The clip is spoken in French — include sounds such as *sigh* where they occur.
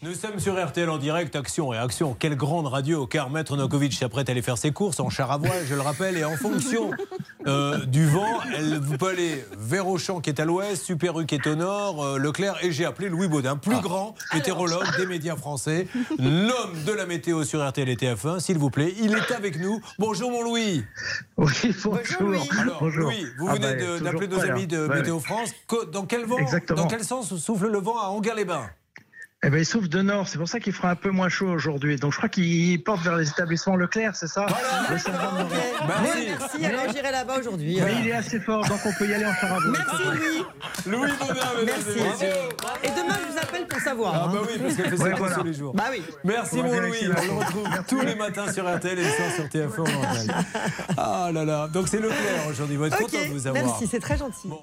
Nous sommes sur RTL en direct, action et action. Quelle grande radio, car Maître Nokovic s'apprête à aller faire ses courses en char à voile, je le rappelle, et en fonction euh, du vent, elle peut aller vers Auchan qui est à l'ouest, Super U qui est au nord, euh, Leclerc, et j'ai appelé Louis Baudin, plus Ah. grand météorologue des médias français, l'homme de la météo sur RTL et TF1, s'il vous plaît. Il est avec nous. Bonjour mon Louis. Oui, *laughs* bonjour. Louis. Alors Bonjour. Louis, vous Ah venez bah, de- toujours d'appeler nos pas, là. amis de Ouais, Météo ouais. France. Co- Dans quel vent, Exactement. dans quel sens souffle le vent à Anguin-les-Bains Eh ben, il souffle de nord, c'est pour ça qu'il fera un peu moins chaud aujourd'hui. Donc je crois qu'il porte vers les établissements Leclerc, c'est ça Le serveur Ok. nord. Bon, Merci. merci. Alors j'irai là-bas aujourd'hui. Mais il est assez fort, donc on peut y aller en char à voile. Merci Louis. Louis Baudin, mesdames Merci. et messieurs. Et demain je vous appelle pour savoir. Ah hein. bah oui, parce qu'elle fait ses Ouais, courses voilà. tous les jours. Bah oui. Merci On va mon bien Louis, essayer la on le chance. retrouve tous les matins sur RTL et le soir sur TF1 *laughs* en Angleterre. Ah là là, donc c'est Leclerc aujourd'hui, vous êtes Ok. content de vous avoir. Merci, c'est très gentil. Bon.